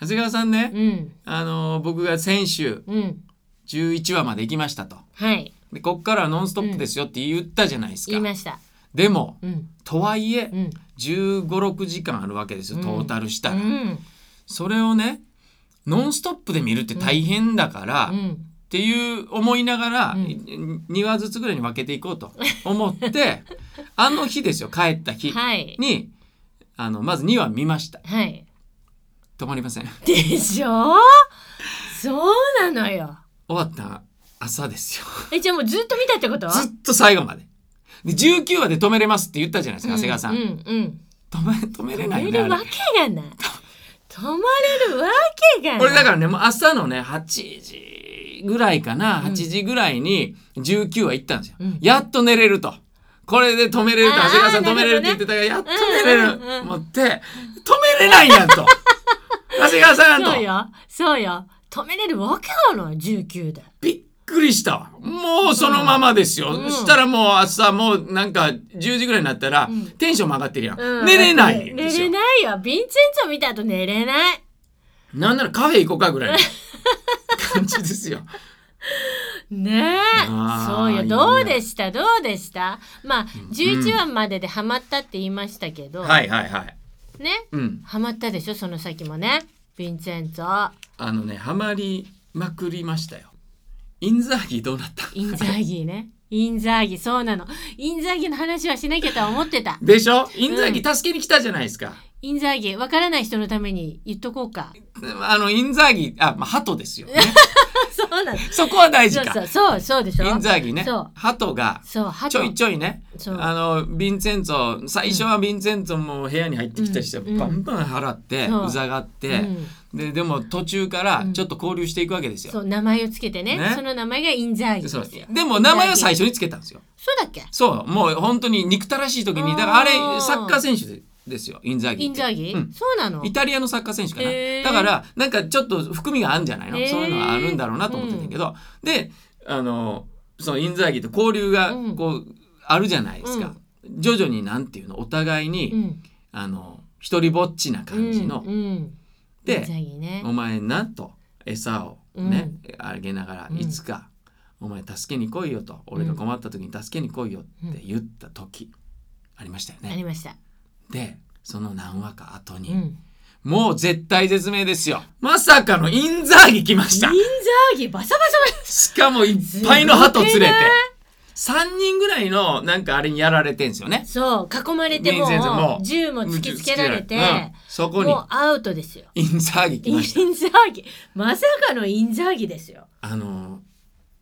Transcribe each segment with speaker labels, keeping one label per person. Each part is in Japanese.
Speaker 1: 長谷川さんね、
Speaker 2: うん
Speaker 1: あの僕が先週
Speaker 2: うん
Speaker 1: 11話まで行きましたと
Speaker 2: はい
Speaker 1: でこっからはノンストップですよって言ったじゃないですか、
Speaker 2: 言いました
Speaker 1: でも
Speaker 2: うん
Speaker 1: とはいえ
Speaker 2: うん
Speaker 1: 1 5 6時間あるわけですよ
Speaker 2: うん
Speaker 1: トータルした
Speaker 2: う
Speaker 1: ら、
Speaker 2: ん
Speaker 1: それをねノンストップで見るって大変だから、
Speaker 2: う
Speaker 1: っ
Speaker 2: ん
Speaker 1: ていう思いながら、
Speaker 2: うん
Speaker 1: 2話ずつぐらいに分けていこう と思ってあの日ですよ帰った日
Speaker 2: はい
Speaker 1: にあのまず2話見ました
Speaker 2: はい
Speaker 1: 止まりません終
Speaker 2: でしょそうなのよ
Speaker 1: わった朝ですよ
Speaker 2: えじゃあもうずっと見たってこと
Speaker 1: ずっと最後まで。で19話で止めれますって言ったじゃないです
Speaker 2: うん
Speaker 1: か、長谷川さん。
Speaker 2: うんうん
Speaker 1: 止め止めれ
Speaker 2: 止
Speaker 1: ない
Speaker 2: め
Speaker 1: よね。
Speaker 2: る
Speaker 1: あ
Speaker 2: わ
Speaker 1: れ
Speaker 2: けがない止まれるわけがない
Speaker 1: 俺だからね、もう朝のね、8時ぐらいかな、
Speaker 2: うん
Speaker 1: 8時ぐらいに19話行ったんですよ。
Speaker 2: うん
Speaker 1: やっと寝れると。これで止めれると、
Speaker 2: あー
Speaker 1: 長谷川さん止めれるって言ってたから、やっと寝れ
Speaker 2: うんうんうん
Speaker 1: る。思って、止めれないや んと。長谷川さんと
Speaker 2: そう。よそうよ止めれるわけがない19で
Speaker 1: びっくりしたわもうそのままですよ、
Speaker 2: うん
Speaker 1: したらもう朝もうなんか10時ぐらいになったら、
Speaker 2: うん
Speaker 1: テンションも上がってるやん、
Speaker 2: うん
Speaker 1: 寝れないん
Speaker 2: 寝
Speaker 1: です
Speaker 2: れ
Speaker 1: よ
Speaker 2: ないよヴィンチェンツォ見た後寝れない
Speaker 1: なんならカフェ行こうかぐらい の感じですよ。
Speaker 2: ねえ
Speaker 1: あ
Speaker 2: そう
Speaker 1: ー
Speaker 2: よ
Speaker 1: いいね
Speaker 2: どうでしたどうでしたまあ11話まででハマったって言いましたけど、
Speaker 1: はいはいはい。
Speaker 2: ね
Speaker 1: うん。
Speaker 2: ハマったでしょその先もねヴィンチェンツォ
Speaker 1: あのね、ハマりまくりましたよ。インザーギどうなった
Speaker 2: インザーギ ーねインザーギーそうなのインザーギーの話はしなきゃとは思ってた
Speaker 1: でしょインザーギ助けに来たじゃないですか。
Speaker 2: インザーギーわからない人のために言っとこうか
Speaker 1: あの、インザーギ、あ、まあ、ハトですよ、ね。
Speaker 2: そうなの
Speaker 1: そこは大事
Speaker 2: そう
Speaker 1: か。
Speaker 2: そうそうそうでしょ
Speaker 1: インザーギね
Speaker 2: そう。
Speaker 1: ハトが、
Speaker 2: そうハ
Speaker 1: ち
Speaker 2: ト
Speaker 1: ょいちょいね、
Speaker 2: そう
Speaker 1: あの、ヴィンセンツォ、最初はヴィンセンツォも部屋に入ってきたりして、
Speaker 2: うん
Speaker 1: バンバン払って、
Speaker 2: そう
Speaker 1: うざがって、
Speaker 2: うん
Speaker 1: で、でも途中からちょっと交流していくわけですよ。
Speaker 2: そう名前をつけてね
Speaker 1: ね
Speaker 2: その名前がインザーギー
Speaker 1: そう
Speaker 2: ですよ
Speaker 1: でも名前は最
Speaker 2: 初
Speaker 1: 初につけたんですよ。
Speaker 2: そうだっけ
Speaker 1: そう、もう本当に憎たらしい時
Speaker 2: あー
Speaker 1: に、だからあれサッカー選手でですよ、インザーギって。
Speaker 2: インザーギー、
Speaker 1: うん
Speaker 2: そうなの
Speaker 1: イタリアのサッカー選手かな、
Speaker 2: へー
Speaker 1: だからなんかちょっと含みがあるんじゃないの、
Speaker 2: へー
Speaker 1: そういうのがあるんだろうなと思ってたけど、であのそのインザーギと交流が
Speaker 2: うん
Speaker 1: こう、あるじゃないですか、徐々になんていうのお互いに、
Speaker 2: うん
Speaker 1: あの一人ぼっちな感じの、
Speaker 2: うんうん、
Speaker 1: で
Speaker 2: インザーギーね
Speaker 1: お前なと餌をね、あげながら、
Speaker 2: うん
Speaker 1: いつかお前助けに来いよと俺が困った時に助けに来いよって言った時、ありましたよ
Speaker 2: あり
Speaker 1: ね。
Speaker 2: ました、
Speaker 1: でその何話か後に、
Speaker 2: うん、
Speaker 1: もう絶対絶命ですよまさかのインザーギ来ま
Speaker 2: イン
Speaker 1: し
Speaker 2: ザ
Speaker 1: た
Speaker 2: ーギーバサバサバサ
Speaker 1: しかもいっぱいの鳩連れて
Speaker 2: すごいね
Speaker 1: 3人ぐらいのなんかあれにやられてんですよね。
Speaker 2: そう囲まれても
Speaker 1: インザーギーも
Speaker 2: う銃も突きつけられて、
Speaker 1: うんそこに
Speaker 2: もうアウトですよ
Speaker 1: インザーギ来
Speaker 2: イン
Speaker 1: ま
Speaker 2: ザ
Speaker 1: した。
Speaker 2: ーギーまさかのインザーギーですよ
Speaker 1: あのー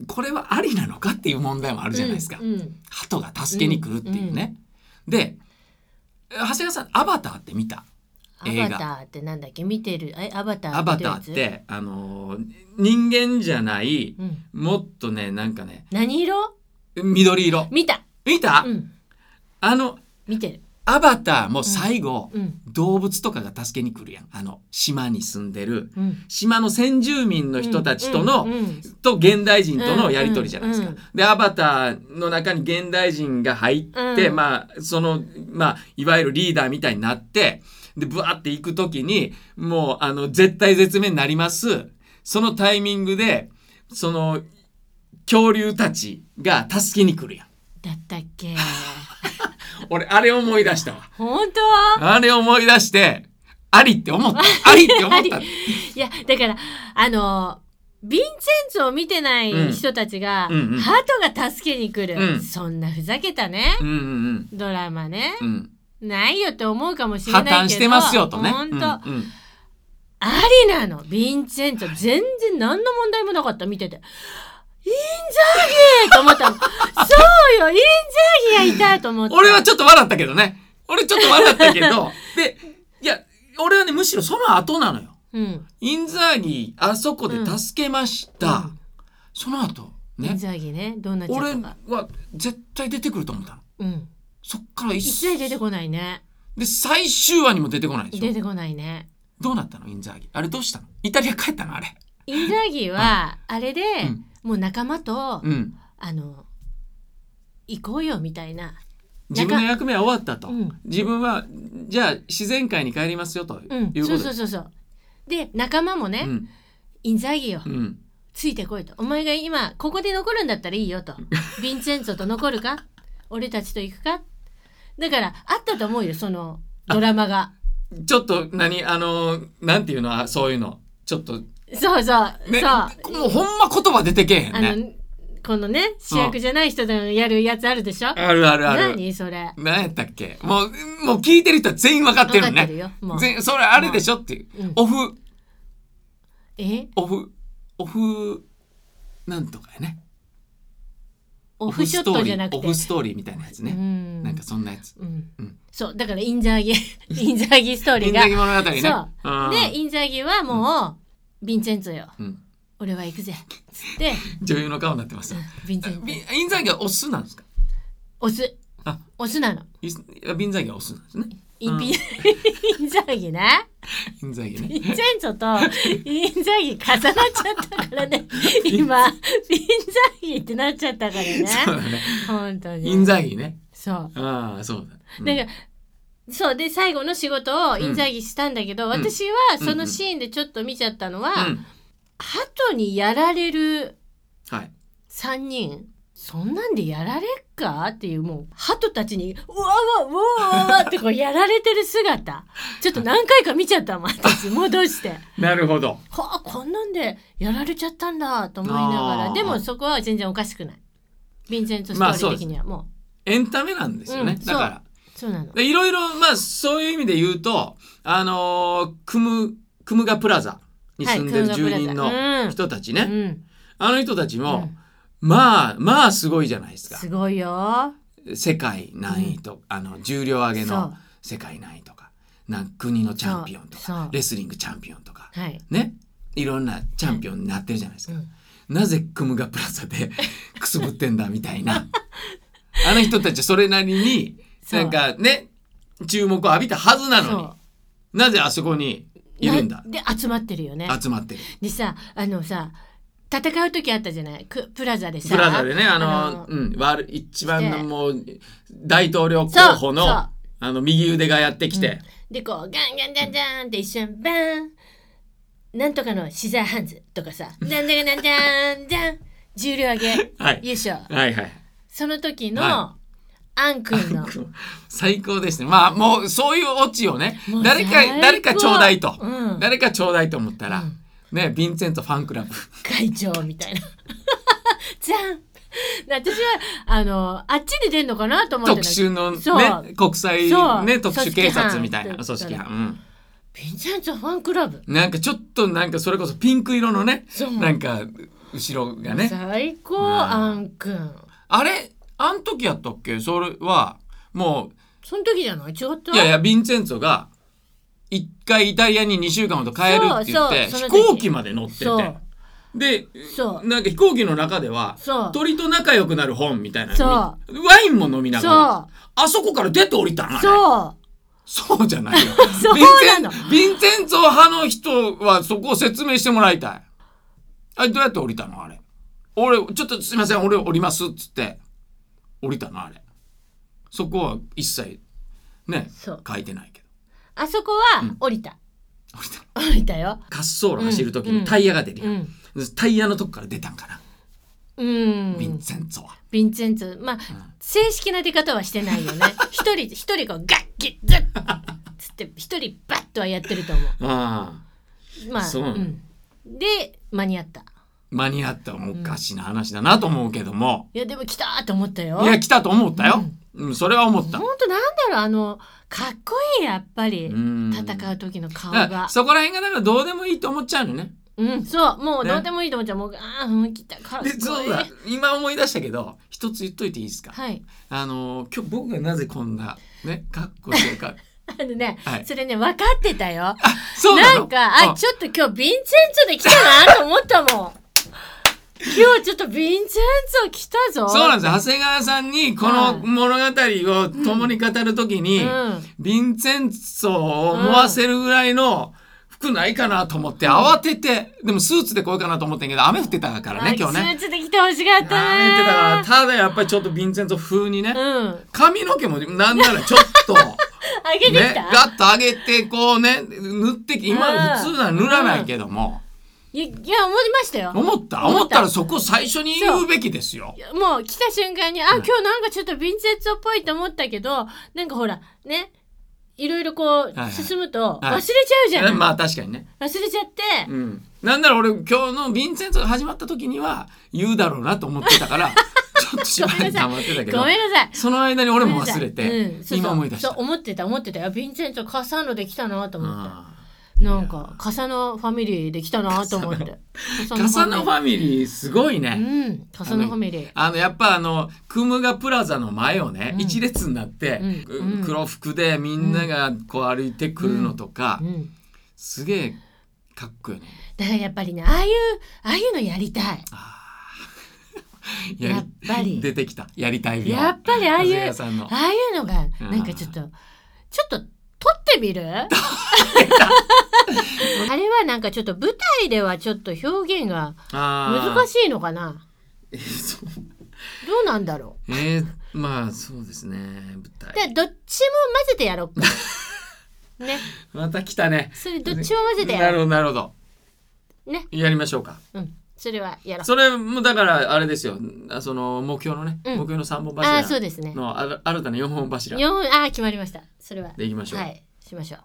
Speaker 1: これはありなのかっていう問題もあるじゃないですか。
Speaker 2: うんうん
Speaker 1: 鳩が助けに来るっていうね。で長谷川さん「アバター」って見た映画
Speaker 2: アバターってなんだっけ見てるえアバター
Speaker 1: アバター
Speaker 2: どういうや
Speaker 1: っ
Speaker 2: つ、
Speaker 1: てあのー人間じゃない
Speaker 2: うん、
Speaker 1: もっとねなんかね
Speaker 2: 何色
Speaker 1: 緑色
Speaker 2: 見た
Speaker 1: 見た、
Speaker 2: うん
Speaker 1: あの
Speaker 2: 見てる
Speaker 1: アバターも最後、
Speaker 2: うん
Speaker 1: 動物とかが助けに来るやんあの島に住んでる
Speaker 2: うん
Speaker 1: 島の先住民の人たちとの、
Speaker 2: うんうん
Speaker 1: と現代人とのやり取りじゃないですか。
Speaker 2: うんうん
Speaker 1: でアバターの中に現代人が入って、
Speaker 2: うん
Speaker 1: まあそのまあいわゆるリーダーみたいになってでブワーって行く時にもうあの絶対絶命になりますそのタイミングでその恐竜たちが助けに来るやん。
Speaker 2: だったっ け
Speaker 1: 俺あれ思い出したわ。
Speaker 2: 本当
Speaker 1: あれ思い出して、ありって思った。ありって思った。
Speaker 2: いやだからあのヴィンチェンツォを見てない人たちが、
Speaker 1: うんうんうん
Speaker 2: ハートが助けに来る、
Speaker 1: うん
Speaker 2: そんなふざけたね
Speaker 1: うんうん
Speaker 2: ドラマね、
Speaker 1: うん。うん
Speaker 2: ないよって思うかもしれな
Speaker 1: 破
Speaker 2: いけど
Speaker 1: 綻してますよとね。
Speaker 2: 本当、あ
Speaker 1: うんうん
Speaker 2: りなのヴィンチェンツォ全然何の問題もなかった見てて。インザーギーと思ったのそうよインザーギーがいたと思って
Speaker 1: 俺はちょっと笑ったけどね。俺ちょっと笑ったけ ど。で、いや、俺はね、むしろその後なのよ。
Speaker 2: うん、
Speaker 1: インザーギー、あそこで助けました。
Speaker 2: うん
Speaker 1: その後、
Speaker 2: イン
Speaker 1: ね。
Speaker 2: ザーギーねどうなっちゃっ
Speaker 1: 俺
Speaker 2: たか、
Speaker 1: は絶対出てくると思ったの。
Speaker 2: うん、
Speaker 1: そっから一
Speaker 2: 一切出てこないね
Speaker 1: で、最終話にも出てこないでし
Speaker 2: 出
Speaker 1: ょ。
Speaker 2: てこないね
Speaker 1: どうなったのインザーギー。あれどうしたのイタリア帰ったのあれ。
Speaker 2: インザーギーはあれで、
Speaker 1: ん
Speaker 2: もう仲間と、
Speaker 1: うん。
Speaker 2: あの行こうよみたいな
Speaker 1: 自分の役目は終わったと、
Speaker 2: うん
Speaker 1: 自分はじゃあ自然界に帰りますよということ
Speaker 2: うん
Speaker 1: で
Speaker 2: そうそうそうそうで仲間もね、
Speaker 1: うん
Speaker 2: インザーギよ、
Speaker 1: うん
Speaker 2: ついてこいとお前が今ここで残るんだったらい いよとヴィンチェンツォと残るか俺たちと行くかだからあったと思うよそのドラマが
Speaker 1: ちょっと何あのなんていうのあそういうのちょっと
Speaker 2: そうそう、
Speaker 1: ね
Speaker 2: そう
Speaker 1: もうほんま言葉出てけえへん
Speaker 2: あ
Speaker 1: ね
Speaker 2: のこのね主役じゃない人でもやるやつあるでしょ
Speaker 1: あるあるある
Speaker 2: 何それ
Speaker 1: 何やったっけもうもう聞いてる人は全員分かって
Speaker 2: 分
Speaker 1: る
Speaker 2: か
Speaker 1: の
Speaker 2: っ
Speaker 1: ね
Speaker 2: てるよもう
Speaker 1: 全それあれでしょっていう、
Speaker 2: うん
Speaker 1: オフ
Speaker 2: え
Speaker 1: オフオフなんとかやね
Speaker 2: オフショットじゃなく
Speaker 1: オ
Speaker 2: て
Speaker 1: フストーリーオフストーリーみたいなやつ
Speaker 2: う
Speaker 1: ね、
Speaker 2: ん
Speaker 1: なんかそんなやつ
Speaker 2: うん
Speaker 1: うん
Speaker 2: そうだからインザーギインザーギストーリ
Speaker 1: 銀
Speaker 2: ーが
Speaker 1: 座木物語ね
Speaker 2: そう
Speaker 1: うん
Speaker 2: でインザーギはもうヴィンチェンツォよ
Speaker 1: うん
Speaker 2: 俺は行くぜつって
Speaker 1: 女優の顔になってますよ
Speaker 2: ヴィンチェン ツォ
Speaker 1: び銀座木はオスなんですか
Speaker 2: オス
Speaker 1: あ
Speaker 2: オスなの
Speaker 1: い銀座木はオスなんですね
Speaker 2: イ
Speaker 1: うん
Speaker 2: ンピインザーギね
Speaker 1: 銀座木
Speaker 2: ヴィ
Speaker 1: ね
Speaker 2: ンチェンツォとインザーギ重なっちゃったからね今 ヴィンザーギってなっちゃったから
Speaker 1: そう
Speaker 2: ね
Speaker 1: だね
Speaker 2: 本当に
Speaker 1: 銀座木ね
Speaker 2: そう
Speaker 1: ああそうだ、うん
Speaker 2: だから、そうで最後の仕事をインザーギしたんだけど、私はそのシーンでちょっと見ちゃったのは、
Speaker 1: うん
Speaker 2: 鳩にやられる
Speaker 1: はい
Speaker 2: 3人そんなんでやられっかっていうもう鳩たちにうわうわうわうわうわってこうやられてる姿ちょっと何回か見ちゃったもん私戻 して
Speaker 1: なるほど
Speaker 2: はあこんなんでやられちゃったんだと思いなが
Speaker 1: あ
Speaker 2: ら
Speaker 1: ー
Speaker 2: でもそこは全然おかしくないヴィンセント・ストーリー的にはもう,、
Speaker 1: エンタメなんですよね、
Speaker 2: うん
Speaker 1: だから
Speaker 2: そうなの
Speaker 1: でいろいろ、まあ、そういう意味で言うと、あのークム、クムガプラザに住んでる
Speaker 2: はいク
Speaker 1: 住
Speaker 2: ムガプラザ
Speaker 1: 人の人たちね。
Speaker 2: うん
Speaker 1: あの人たち
Speaker 2: う
Speaker 1: も、
Speaker 2: ん
Speaker 1: まあ、まあ、すごいじゃないですか
Speaker 2: す。ごいよ
Speaker 1: 世界何位と、あの、重量上げ
Speaker 2: そ
Speaker 1: の
Speaker 2: う
Speaker 1: 世界何位とか、なん国のチャンピオンと
Speaker 2: そうそ
Speaker 1: か
Speaker 2: う、
Speaker 1: レスリングチャンピオンとか、
Speaker 2: はい、
Speaker 1: ね。いろんなチャンピオンになってるじゃないです
Speaker 2: う
Speaker 1: か。
Speaker 2: ん
Speaker 1: なぜクムガプラザで くすぶってんだみたいな。あの人たちそれなりに、
Speaker 2: そう
Speaker 1: なんかね、注目を浴びたはずなのに。
Speaker 2: そ
Speaker 1: なぜあそこに
Speaker 2: う
Speaker 1: いるんだ
Speaker 2: なで集まってるよね
Speaker 1: 集まってる。
Speaker 2: でさあのさ戦う時あったじゃないくプラザでさ
Speaker 1: プラザでね、あの、
Speaker 2: あの
Speaker 1: うん、悪い一番の
Speaker 2: ね
Speaker 1: もう、大統領候補の、
Speaker 2: そうそう
Speaker 1: あの、右腕がやってきて、
Speaker 2: でこうガンガンガンガンって一瞬バーンなんとかのシザーハンズとかさなんだかなんだんだん重量上げ
Speaker 1: はい
Speaker 2: 優勝
Speaker 1: はいはい。
Speaker 2: その時の、
Speaker 1: は
Speaker 2: アン君の
Speaker 1: 最高ですね。まあ、もう、そういうオチをね
Speaker 2: も、う
Speaker 1: 誰か
Speaker 2: 最、高
Speaker 1: 誰かちょうだいと。
Speaker 2: うん
Speaker 1: 誰かちょうだいと思ったら、
Speaker 2: うん
Speaker 1: ね、ヴィンセントファンクラブ。
Speaker 2: 会長みたいな じゃんで私はあのあっちで出んのかなと思ってた
Speaker 1: 特殊の
Speaker 2: そう
Speaker 1: ね、国際
Speaker 2: そう
Speaker 1: ね、特殊警察みたいな、組
Speaker 2: 組
Speaker 1: 織
Speaker 2: 織
Speaker 1: 班。
Speaker 2: 班
Speaker 1: うん
Speaker 2: ヴィンセンツファンクラブ
Speaker 1: なんかちょっと、なんかそれこそピンク色のね、
Speaker 2: そう
Speaker 1: なんか、後ろがね。
Speaker 2: 最高、
Speaker 1: ん
Speaker 2: アン君
Speaker 1: あれあん時やったっけそれは、も
Speaker 2: その時じゃない違った
Speaker 1: う、いやいや、ヴィンセンツォが、一回イタリアに2週間ほど帰るって言って、
Speaker 2: そうそうそ
Speaker 1: 飛
Speaker 2: の時
Speaker 1: 行機まで乗ってて
Speaker 2: そう。
Speaker 1: で、
Speaker 2: そう
Speaker 1: なんか飛行機の中では、
Speaker 2: そう
Speaker 1: 鳥と仲良くなる本みたいな
Speaker 2: そう
Speaker 1: のにワインも飲みながら
Speaker 2: そ、
Speaker 1: あそこから出て降りたな。あれ
Speaker 2: そう
Speaker 1: そうじゃないよ。
Speaker 2: そう
Speaker 1: ヴィンセン
Speaker 2: なの
Speaker 1: ヴィンセンツォ派の人はそこを説明してもらいたい。あれどうやって降りたのあれ。俺、ちょっとすいません、俺降りますっつって、降りたのあれ。そこは一切、ね、
Speaker 2: そう
Speaker 1: 書いてないけど。
Speaker 2: あそこは降りた、
Speaker 1: 降りたの
Speaker 2: 降りたよ
Speaker 1: 滑走路走るとき
Speaker 2: う
Speaker 1: に
Speaker 2: ん
Speaker 1: タイヤが出る
Speaker 2: う
Speaker 1: やん
Speaker 2: ん
Speaker 1: タイヤのとこから出たんかな、
Speaker 2: うん
Speaker 1: ヴィンセンツォは。
Speaker 2: ヴィンチェンツォまあ、正式な出方はしてないよね 一人一人こうガッギッズッつって一人バッとはやってると思
Speaker 1: ああ、
Speaker 2: うまあ
Speaker 1: そうなの
Speaker 2: ん、で間に合った
Speaker 1: 間に合ったらもうおかしな話だなと思うけども。
Speaker 2: いやでも来たーと思ったよ
Speaker 1: いや、来たと思ったよ。うん、それは思った。
Speaker 2: ほんとなんだろうあのかっこいいやっぱり
Speaker 1: うん
Speaker 2: 戦う時の顔
Speaker 1: だから
Speaker 2: が
Speaker 1: そこら辺がだからどうでもいいと思っちゃうのね。
Speaker 2: うんそうもう
Speaker 1: ね
Speaker 2: どうでもいいと思っちゃうもうああうん来たかっこ
Speaker 1: で
Speaker 2: いい
Speaker 1: そうだ今思い出したけど一つ言っといていいですか、
Speaker 2: はい
Speaker 1: あのー今日僕がなぜこんなね格好してる か
Speaker 2: あのね、
Speaker 1: はい
Speaker 2: それね分かってたよ
Speaker 1: あそうな
Speaker 2: な
Speaker 1: の
Speaker 2: んか、あ、ちょっと今日ヴィンチェンツォで来たなと思ったもん。今日ちょっとヴィンチェンツォ来たぞ。
Speaker 1: そうなん
Speaker 2: ん
Speaker 1: ですよ長谷川さんにこ
Speaker 2: は
Speaker 1: の
Speaker 2: い
Speaker 1: 物語を共に語るときに、
Speaker 2: うん
Speaker 1: ヴィンセンツォを思わせるぐらいの服ないかなと思って慌てて、でもスーツで来ようかなと思ってんけど雨降ってたからね今日
Speaker 2: ス
Speaker 1: ね
Speaker 2: ーツで来てほしかった
Speaker 1: 雨降ってたから
Speaker 2: な
Speaker 1: ただやっぱりちょっとヴィンセンツォ風にね、
Speaker 2: うん。
Speaker 1: 髪の毛もなんならちょっと
Speaker 2: 上げて
Speaker 1: ね
Speaker 2: きた、
Speaker 1: ガッと上げてこうね塗ってき今
Speaker 2: うん
Speaker 1: 普通なら塗らないけども
Speaker 2: いやいや思いましたよも
Speaker 1: 思った
Speaker 2: 思った
Speaker 1: 思ったらそこ最初に言うべきですよ。
Speaker 2: う来た瞬間にあ今日なんかちょっとヴィンチェンツォっぽいと思ったけどなんかほらねいろいろこ
Speaker 1: は
Speaker 2: う
Speaker 1: い
Speaker 2: 進むと
Speaker 1: はい
Speaker 2: 忘れちゃうじゃん、
Speaker 1: えまあ確かにね。
Speaker 2: 忘れちゃって、
Speaker 1: うん、なんなら俺今日のヴィンセントが始まった時には言うだろうなと思ってた からちょっとしばらく黙ってたけど
Speaker 2: ごめんなさい
Speaker 1: その間に俺も忘れ
Speaker 2: ごめん
Speaker 1: て
Speaker 2: なさいうんそうそう
Speaker 1: 今思い出した
Speaker 2: そう。思ってた思ってたよヴィンチェンツォカサノで来たなと思って
Speaker 1: ああ
Speaker 2: なんかカサノファミリーで来たなと思って
Speaker 1: カサノファミリーすごいね。
Speaker 2: うんカサノファミリー
Speaker 1: あのやっぱあのクムガプラザの前をね、
Speaker 2: うん
Speaker 1: 一列になって、
Speaker 2: うん
Speaker 1: く
Speaker 2: うん
Speaker 1: 黒服でみんながこう歩いてくるのとか、
Speaker 2: うん
Speaker 1: すげえかっこよね
Speaker 2: だからやっぱりねああいうああいうのやりたいやっぱり
Speaker 1: 出てきたやりたい病
Speaker 2: やっぱりああい
Speaker 1: 長谷
Speaker 2: う
Speaker 1: 川さんの
Speaker 2: ああいうのがなんかちょっとちょっと撮っ てみるあれはなんかちょっと舞台ではちょっと表現が難
Speaker 1: い
Speaker 2: しいのかなどうなんだろ
Speaker 1: えー、まあそうですね舞
Speaker 2: う
Speaker 1: 台
Speaker 2: でどっちも混ぜてやろうか ね
Speaker 1: また来たね
Speaker 2: それどっちも混ぜて
Speaker 1: な
Speaker 2: や
Speaker 1: るほ
Speaker 2: ろ
Speaker 1: どなるほど
Speaker 2: ね
Speaker 1: やりましょうか
Speaker 2: う、うん、それはやろう
Speaker 1: それもだからあれですよあその目標のね、
Speaker 2: うん
Speaker 1: 目標の三本
Speaker 2: ああそ
Speaker 1: 柱
Speaker 2: うですね
Speaker 1: のあら新たな四本柱
Speaker 2: 四本ああ決まりましたそれは
Speaker 1: でいきましょう
Speaker 2: はいしましょう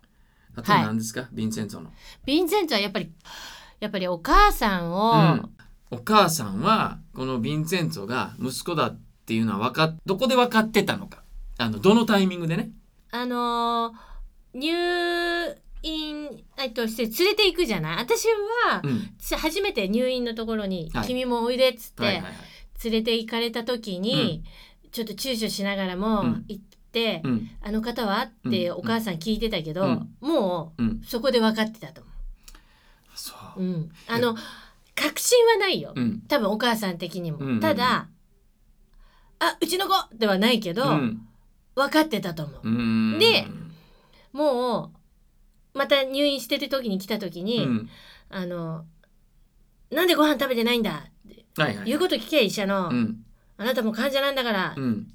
Speaker 1: あと何ですか、ヴィンセントの、
Speaker 2: ヴィンセントはやっぱりやっぱりお母さんを、
Speaker 1: うん、お母さんはこのヴィンセントが息子だっていうのは分かっどこで分かってたのかあのどのタイミングでね
Speaker 2: あのー入院えっとして連れて行くじゃない私は、
Speaker 1: うん
Speaker 2: つ初めて入院のところに「
Speaker 1: はい
Speaker 2: 君もおいで」っつって、
Speaker 1: はいはいはい
Speaker 2: 連れて行かれた時に、ちょっと躊躇しながらも
Speaker 1: うん
Speaker 2: 行って「
Speaker 1: うん
Speaker 2: あの方は?」って
Speaker 1: うん
Speaker 2: お母さん聞いてたけど、
Speaker 1: うん
Speaker 2: も
Speaker 1: うん
Speaker 2: うそこで分かってたと思。
Speaker 1: そうう
Speaker 2: うん、あの確信はないよ、
Speaker 1: うん
Speaker 2: 多分お母さん的にも。
Speaker 1: うんうんうん
Speaker 2: ただあうちの子ではないけど、
Speaker 1: うん
Speaker 2: 分かってたと思う。
Speaker 1: うん
Speaker 2: でもうまた入院してる時に来た時
Speaker 1: う
Speaker 2: に、
Speaker 1: ん
Speaker 2: あのなんでご飯食べてないんだって
Speaker 1: はいはい
Speaker 2: 言うこと聞け医者の、
Speaker 1: うん
Speaker 2: あなたも患者なんだから、
Speaker 1: うん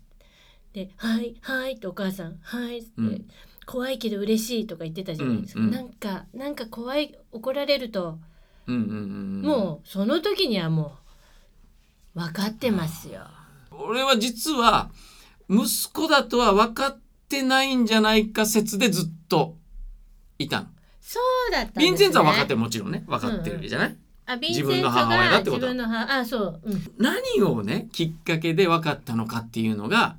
Speaker 2: ではいはいってお母さんはいって、
Speaker 1: うん
Speaker 2: 怖いけど嬉しいとか言ってたじゃないですか、
Speaker 1: うんうん
Speaker 2: なんかなんか怖い怒られると、
Speaker 1: うんうんうん
Speaker 2: もうその時にはもう分かってますよ。
Speaker 1: 俺は実は息子だとは分かってないんじゃないか説でずっといたの。
Speaker 2: そうだったんで
Speaker 1: ヴ
Speaker 2: す、ね。
Speaker 1: ィンセントは分かってるもちろんね分かってるじゃない、
Speaker 2: あヴィンセ
Speaker 1: 自
Speaker 2: ン
Speaker 1: 分の
Speaker 2: トが
Speaker 1: 母親だってこと
Speaker 2: 自分の母あそう、うん
Speaker 1: 何をねきっかけで分かったのかっていうのが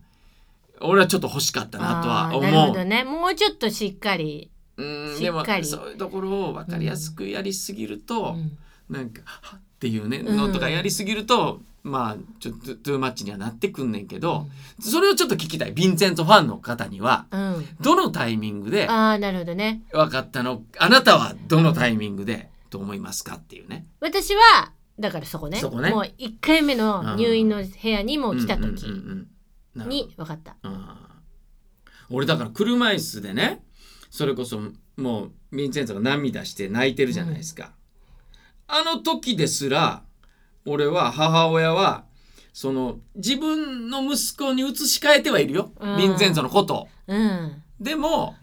Speaker 1: 俺はちょっと欲しかったなとは
Speaker 2: あーなる
Speaker 1: 思
Speaker 2: ほど
Speaker 1: う。
Speaker 2: ね。もうちょっとしっかり。
Speaker 1: うん
Speaker 2: し
Speaker 1: で
Speaker 2: っ
Speaker 1: も
Speaker 2: かり
Speaker 1: そういうところを分かりやすくやりすぎると、
Speaker 2: うん
Speaker 1: なんか「はっ」っていうね
Speaker 2: うん
Speaker 1: のとかやりすぎると、まあちょっとトゥーマッチにはなってくんねんけど、それをちょっと聞きたいヴィンセントファンの方には
Speaker 2: うん。
Speaker 1: どのタイミングで
Speaker 2: ああなるほどね。
Speaker 1: 分かったのあなたはどのタイミングでと思いますかっていうね
Speaker 2: 私はだからそこね。
Speaker 1: そこね
Speaker 2: もう一回目の入院の部屋にも来た
Speaker 1: うんうん
Speaker 2: 時
Speaker 1: うんうん
Speaker 2: に分かった。
Speaker 1: なるほどあー俺だから車椅子でねそれこそもうヴィンセントが涙して泣いてるじゃないですか、あの時ですら俺は母親はその自分の息子に移し替えてはいるよ、
Speaker 2: うん
Speaker 1: ヴィンセントのことを
Speaker 2: うん。
Speaker 1: でも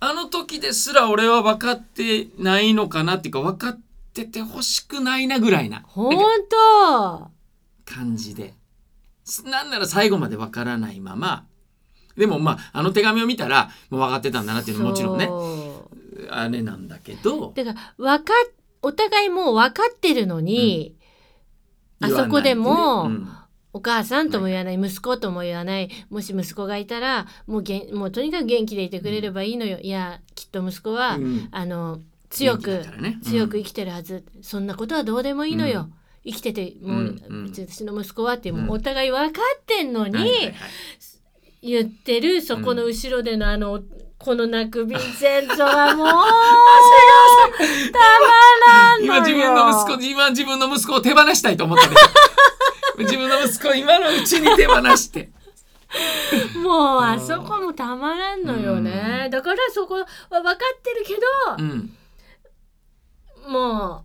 Speaker 1: あの時ですら俺は分かってないのかなっていうか分かっててほしくないなぐらいな
Speaker 2: 本当。
Speaker 1: 感じで。すなんなら最後まで分からないままでもまああの手紙を見たらもう分かってたんだなっていうのはもちろんね
Speaker 2: そう。
Speaker 1: あれなんだけど
Speaker 2: だから分かっお互いもう分かってるのに、あそこでも
Speaker 1: 言わないってね
Speaker 2: お母さんとも言わない息子とも言わないもし息子がいたらもうげんもうとにかく元気でいてくれればいいのよ、いやきっと息子は、
Speaker 1: うんうん
Speaker 2: あの強
Speaker 1: 元
Speaker 2: く
Speaker 1: 気だからねうん
Speaker 2: 強く生きてるはず、そんなことはどうでもいいのよ、
Speaker 1: う
Speaker 2: 生きててもう、
Speaker 1: うんうん
Speaker 2: うち私の息子はってもう
Speaker 1: うん
Speaker 2: お互い分かってんの
Speaker 1: はいはい
Speaker 2: に
Speaker 1: はい
Speaker 2: 言ってるそこの後ろでのあのこの泣くヴィンセント はもうたま
Speaker 1: 今
Speaker 2: らんの
Speaker 1: 自
Speaker 2: よ
Speaker 1: 分の息子今自分の息子を手放したいと思ったけど 自分の息子を今のうちに手放して
Speaker 2: もうあそこもたまらんのよね、だからそこは分かってるけ
Speaker 1: う
Speaker 2: ど、
Speaker 1: ん
Speaker 2: も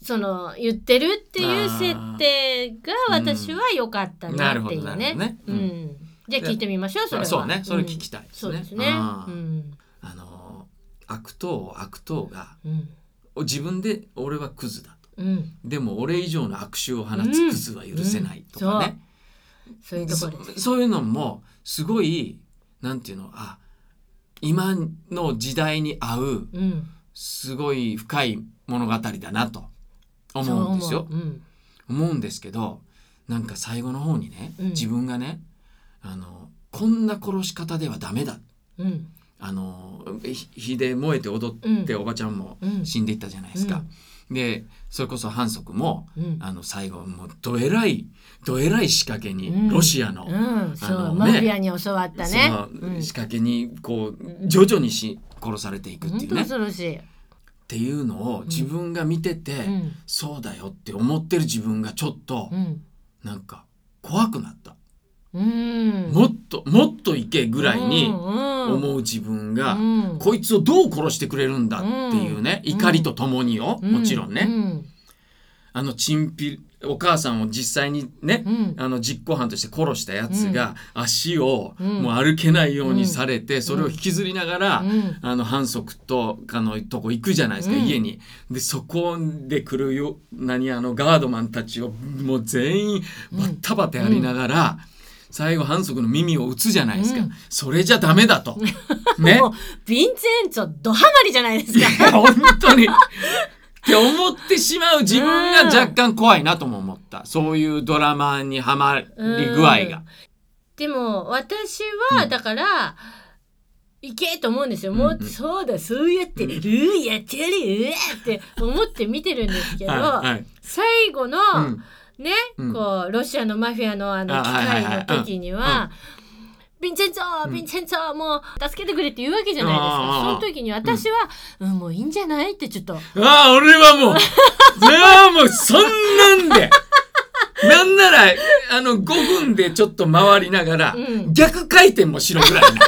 Speaker 2: うその言ってるっていう設定が私は良かったなっていうね。
Speaker 1: あーなるほどなるほどね
Speaker 2: う
Speaker 1: うん
Speaker 2: じゃあ聞いてみましょうそれは
Speaker 1: そうねそれ聞きたいですね
Speaker 2: そうですね
Speaker 1: あ
Speaker 2: う
Speaker 1: ー
Speaker 2: ん
Speaker 1: あのー悪党悪党が
Speaker 2: うん
Speaker 1: 自分で俺はクズだと
Speaker 2: うん
Speaker 1: でも俺以上の悪手を放
Speaker 2: うん
Speaker 1: つクズは許せないとかね、
Speaker 2: そういうとこ
Speaker 1: そ
Speaker 2: ろです
Speaker 1: そういうのもすごいなんていうのあ今の時代に合う
Speaker 2: うん
Speaker 1: すごい深い物語だなと思うんですよ
Speaker 2: そ。う思ううん
Speaker 1: 思うんですけどなんか最後の方にね、
Speaker 2: うん
Speaker 1: 自分がねあのこんな殺し方ではダメだ
Speaker 2: うん
Speaker 1: あのひ火で燃えて踊って
Speaker 2: うん
Speaker 1: おばちゃんも
Speaker 2: うん
Speaker 1: 死んでいったじゃないですか。でそれこそ反則も
Speaker 2: うん
Speaker 1: あの最後もうどえらいどえらい仕掛けに、
Speaker 2: うん
Speaker 1: ロシアの,、
Speaker 2: うんそ
Speaker 1: あ
Speaker 2: う
Speaker 1: の
Speaker 2: マ
Speaker 1: ね
Speaker 2: フィアに教わった
Speaker 1: そ
Speaker 2: ね
Speaker 1: の
Speaker 2: うん
Speaker 1: 仕掛けにこう徐々にし殺されていくって
Speaker 2: 本
Speaker 1: いう
Speaker 2: 当
Speaker 1: ね。
Speaker 2: 恐ろしい
Speaker 1: っていうのを自分が見てて、
Speaker 2: うん
Speaker 1: そうだよって思ってる自分がちょっと
Speaker 2: うん
Speaker 1: なんか怖くなった、
Speaker 2: うん
Speaker 1: もっともっといけぐらいに
Speaker 2: 思
Speaker 1: 思う自分が、
Speaker 2: うん
Speaker 1: こいつをどう殺してくれるんだっていうね、
Speaker 2: うん
Speaker 1: 怒りとともによ、もちろんね、
Speaker 2: うん
Speaker 1: あのチンピお母さんを実際にね、
Speaker 2: うん
Speaker 1: あの実行犯として殺したやつが足を
Speaker 2: うん
Speaker 1: もう歩けないようにされて、それを引きずりながら、
Speaker 2: うん
Speaker 1: あの反則とかのとこ行くじゃないですか、
Speaker 2: うん
Speaker 1: 家に。でそこで来るよ何あのガードマンたちをもう全員バッタバタやりながら、最後反則の耳を打つじゃないですか、
Speaker 2: うん
Speaker 1: それじゃダメだと。 ね
Speaker 2: もうヴィンチェンツォドハマりじゃないです
Speaker 1: い
Speaker 2: か
Speaker 1: や本当にって思ってしまう自分が若干怖いなとも思ったそういうドラマにはまり具合
Speaker 2: う
Speaker 1: が
Speaker 2: ん。でも私は
Speaker 1: うん
Speaker 2: だから、行けと思うんですよ。
Speaker 1: ん
Speaker 2: も
Speaker 1: う
Speaker 2: うんそうだそうやって、う
Speaker 1: うん
Speaker 2: ーやってやるうえって思って見てるんですけど、
Speaker 1: はいはい
Speaker 2: 最後の、
Speaker 1: うん
Speaker 2: ね、
Speaker 1: うん
Speaker 2: こうロシアのマフィアのあの
Speaker 1: あ
Speaker 2: 機
Speaker 1: はいはいはい
Speaker 2: 械の時には。ヴィンチェンツォ
Speaker 1: うん
Speaker 2: ヴィンチェンツォもう助けてくれって言うわけじゃないですか
Speaker 1: あー
Speaker 2: その時に私は、うんもういいんじゃないってちょっと
Speaker 1: ああ、俺はもう、 じゃあもう、そんなんで。なんなら、あの、5分でちょっと回りながら、
Speaker 2: うん
Speaker 1: 逆回転もしろぐらい な。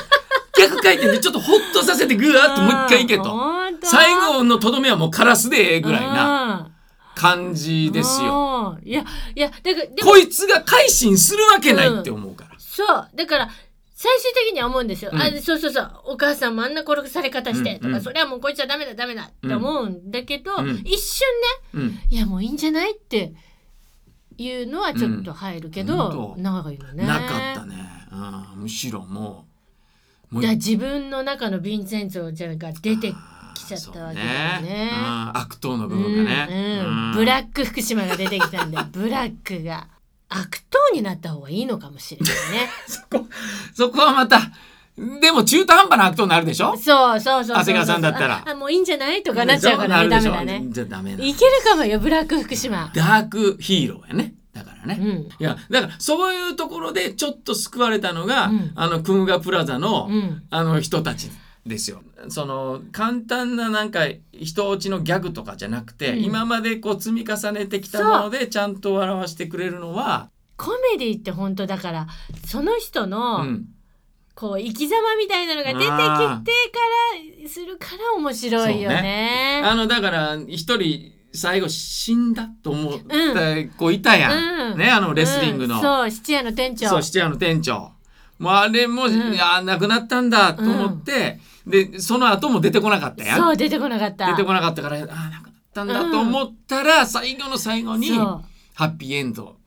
Speaker 1: 逆回転でちょっとホッとさせて、ぐわっともう一回いけと。
Speaker 2: と
Speaker 1: 最後のとどめはもうカラスでええぐらいな
Speaker 2: な
Speaker 1: 感じですよ。
Speaker 2: よいやいやだからでも
Speaker 1: こいつが改心するわけないって思うから。
Speaker 2: そうだから最終的には思うんですよ、
Speaker 1: うん
Speaker 2: あそうそうそうお母さんもあんな殺され方してとか、
Speaker 1: うんうん
Speaker 2: それはもうこいつはダメだダメだって思うんだけど、
Speaker 1: うん
Speaker 2: 一瞬
Speaker 1: うん。
Speaker 2: ねいやもういいんじゃないっていうのはちょっと入るけ
Speaker 1: うん
Speaker 2: ど、
Speaker 1: 本当
Speaker 2: 長いよね
Speaker 1: なかったね。うん、むしろもう、も
Speaker 2: だから自分の中のヴィンセンツォじゃが出てきちゃったわけだよね
Speaker 1: そううん悪党の
Speaker 2: う
Speaker 1: 部
Speaker 2: ん
Speaker 1: 分がね。
Speaker 2: うん
Speaker 1: うん
Speaker 2: ブラック福島が出て きたんでブラックが悪党になった方がいいのかもしれない
Speaker 1: そこ、そこはまた、でも中途半端な悪党になるでしょ
Speaker 2: ねそうそうそうそう
Speaker 1: 長谷川さんだったら
Speaker 2: ああもういいんじゃないとかなっちゃうからね
Speaker 1: で
Speaker 2: ダ
Speaker 1: し
Speaker 2: メ
Speaker 1: ょ
Speaker 2: だね
Speaker 1: じゃあダメだ。
Speaker 2: いけるかもよ、ブラック 福島。
Speaker 1: ダークヒーローやね。だから
Speaker 2: う
Speaker 1: ね。
Speaker 2: ん。
Speaker 1: いや、だからそういうところでちょっと救われたのが、
Speaker 2: うん
Speaker 1: あの、クムガプラザの、
Speaker 2: うん。
Speaker 1: あの人たちですよ。その簡単ななんか人落ちのギャグとかじゃなくて、
Speaker 2: うん
Speaker 1: 今までこう積み重ねてきたものでちゃんと笑わせてくれるのは、
Speaker 2: コメディって本当だから、その人
Speaker 1: う
Speaker 2: の、
Speaker 1: ん、
Speaker 2: こう、生き様みたいなのが出てきて
Speaker 1: あ
Speaker 2: から、するから面白いよね。
Speaker 1: あのだから一人最後死んだと思った子いたやん、
Speaker 2: うん
Speaker 1: ねあのレスリングの、
Speaker 2: うんそう、質屋の店長。
Speaker 1: そう、質屋の店長。もうあれも、
Speaker 2: ん
Speaker 1: いや、亡くなったんだと思って、で、その後も出てこなかったやん。
Speaker 2: そう、出てこなかった。
Speaker 1: 出てこなかったから、ああ、亡くなったんだと思ったら、最後の最後に、
Speaker 2: そう
Speaker 1: ハッピーエンド。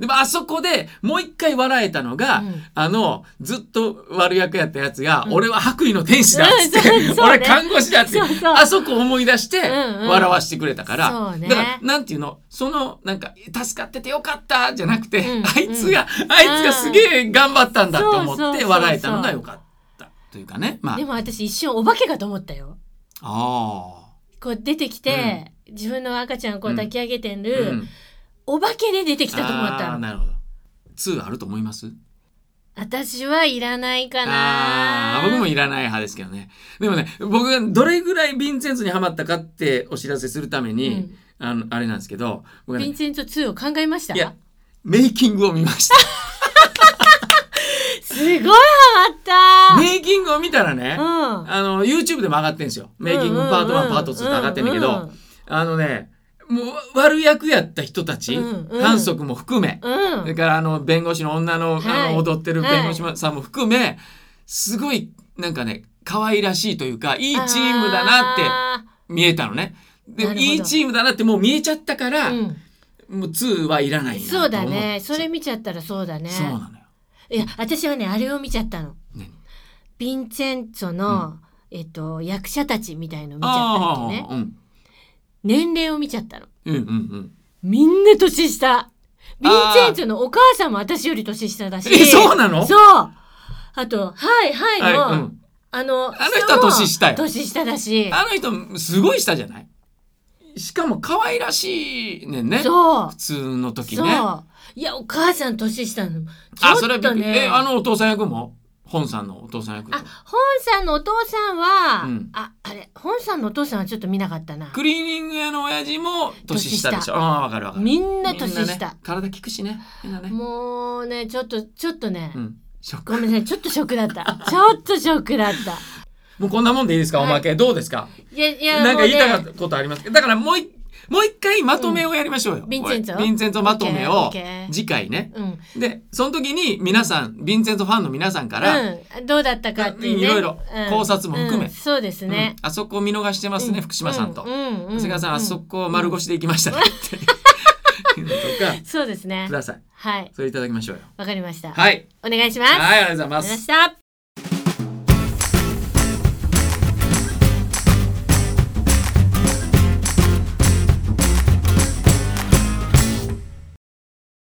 Speaker 1: でも、あそこでもう一回笑えたのが、
Speaker 2: うん
Speaker 1: あの、ずっと悪役やったやつが、
Speaker 2: うん
Speaker 1: 俺は白衣の天使だっつって、
Speaker 2: うんそうそうね
Speaker 1: 俺看護師だっつって
Speaker 2: そうそう
Speaker 1: あそこ思い出して、
Speaker 2: うんうん
Speaker 1: 笑わしてくれたから、
Speaker 2: そうね
Speaker 1: だから、なんていうの、その、なんか、助かっててよかったじゃなくて、
Speaker 2: うん
Speaker 1: あいつが、あいつがすげえ頑張ったんだと思
Speaker 2: そう
Speaker 1: っ
Speaker 2: そう
Speaker 1: て
Speaker 2: そう
Speaker 1: 笑えたのがよかった。というかね、まあ
Speaker 2: で、も私一瞬お化けかと思ったよ。
Speaker 1: あ
Speaker 2: こう出てきて、自分の赤ちゃんをこう抱き上げて
Speaker 1: あ、
Speaker 2: る、お化けで出てきたと思っ
Speaker 1: あ
Speaker 2: た
Speaker 1: ー
Speaker 2: の。
Speaker 1: なるほど。2あると思います
Speaker 2: 私はいらないかな
Speaker 1: あー僕もいらない派ですけどね。でもね、僕がどれぐらいヴィンセンツにハマったかってお知らせするために、
Speaker 2: うん
Speaker 1: あの、あれなんですけど、僕は
Speaker 2: ヴィン
Speaker 1: ね、
Speaker 2: セント2を考えました
Speaker 1: いや、メイキングを見ました。
Speaker 2: すごいハマっ
Speaker 1: メイキングを見たらね、
Speaker 2: たうん
Speaker 1: あの、YouTube でも上がってんですよ。メイキングパート1、パート2って上がってんだけど、あのね、もう悪役やった人たち、
Speaker 2: うんうん
Speaker 1: 反則も含め、
Speaker 2: うん
Speaker 1: それからあの弁護士の女の,、
Speaker 2: は
Speaker 1: あ
Speaker 2: い
Speaker 1: の踊ってる弁護士さんも含め、すごいなんかね可愛らしいというかいいチームだなって見えたのね。で
Speaker 2: なるほど
Speaker 1: いいチームだなってもう見えちゃったから、
Speaker 2: あーうん
Speaker 1: もう2はいらないなと
Speaker 2: そ
Speaker 1: 思
Speaker 2: うだねそれ
Speaker 1: ね、
Speaker 2: 見ちゃったらそうだね
Speaker 1: そうなのよ。
Speaker 2: いや私はねあれを見ちゃったの
Speaker 1: 何
Speaker 2: ヴィンチェンツォの、えっと役者たちみたいの見ちゃった
Speaker 1: あ
Speaker 2: の
Speaker 1: あ
Speaker 2: ね
Speaker 1: ー、うん
Speaker 2: 年齢を見ちゃったの
Speaker 1: うんうんうん。
Speaker 2: みんな年下ヴィ
Speaker 1: あー
Speaker 2: ンチェンツォのお母さんも私より年下だし
Speaker 1: えそうなの
Speaker 2: そうあとはいはいの、
Speaker 1: はいうん
Speaker 2: あ
Speaker 1: あ
Speaker 2: の
Speaker 1: の人は年下よ
Speaker 2: 人も年下だし
Speaker 1: あの人すごい下じゃないしかも可愛らしいねんね
Speaker 2: そう
Speaker 1: 普通の時ね
Speaker 2: そう。いや、お母さん年下なの。
Speaker 1: あ
Speaker 2: ち
Speaker 1: そ
Speaker 2: ょ
Speaker 1: れ
Speaker 2: っ
Speaker 1: は
Speaker 2: と
Speaker 1: びっくり
Speaker 2: ね。
Speaker 1: えあのお父さん役も本さんのお父さん役
Speaker 2: あ本さんのお父さんは、
Speaker 1: うん
Speaker 2: あ、あれ、本さんのお父さんはちょっと見なかったな。
Speaker 1: クリーニング屋の親父も年下でし
Speaker 2: 年
Speaker 1: ょああわかるわかる
Speaker 2: みんな
Speaker 1: みん
Speaker 2: 年
Speaker 1: な
Speaker 2: 下。
Speaker 1: ね、体効くしねみんなね
Speaker 2: もうね、ちょっと、ちょっとね、
Speaker 1: うんショック
Speaker 2: ごめんなさい、ちょっとショックだった。ちょっとショックだった。
Speaker 1: もうこんなもんでいいですか、
Speaker 2: は
Speaker 1: お
Speaker 2: い
Speaker 1: まけどうですか
Speaker 2: いや、い や、
Speaker 1: なんか言いたか
Speaker 2: も
Speaker 1: っ
Speaker 2: うね
Speaker 1: たことありますけどだからもういもう一回まとめをやりましょうよ、
Speaker 2: んヴィンチェンツォ
Speaker 1: これヴィンチェンツォまとめ
Speaker 2: オッ
Speaker 1: を
Speaker 2: ケーオッケー
Speaker 1: 次回ね
Speaker 2: うん。
Speaker 1: でその時に皆さんヴィンチェンツォファンの皆さんから、
Speaker 2: うん、どうだったかっていうね。
Speaker 1: いろいろ
Speaker 2: うん
Speaker 1: 考察も含め
Speaker 2: うんそうですね
Speaker 1: う。んあそこ見逃してますね、福島さんと、
Speaker 2: うんうんう
Speaker 1: 長
Speaker 2: ん
Speaker 1: 谷川さん、あそこ丸腰で行きましたねって、いうのとか
Speaker 2: そうですね
Speaker 1: く。ださい
Speaker 2: はい、
Speaker 1: それいただきましょうよ
Speaker 2: わかりました。
Speaker 1: はい
Speaker 2: お願いします。
Speaker 1: はいありがとうござい
Speaker 2: あ
Speaker 1: ま
Speaker 2: りがとうございますした。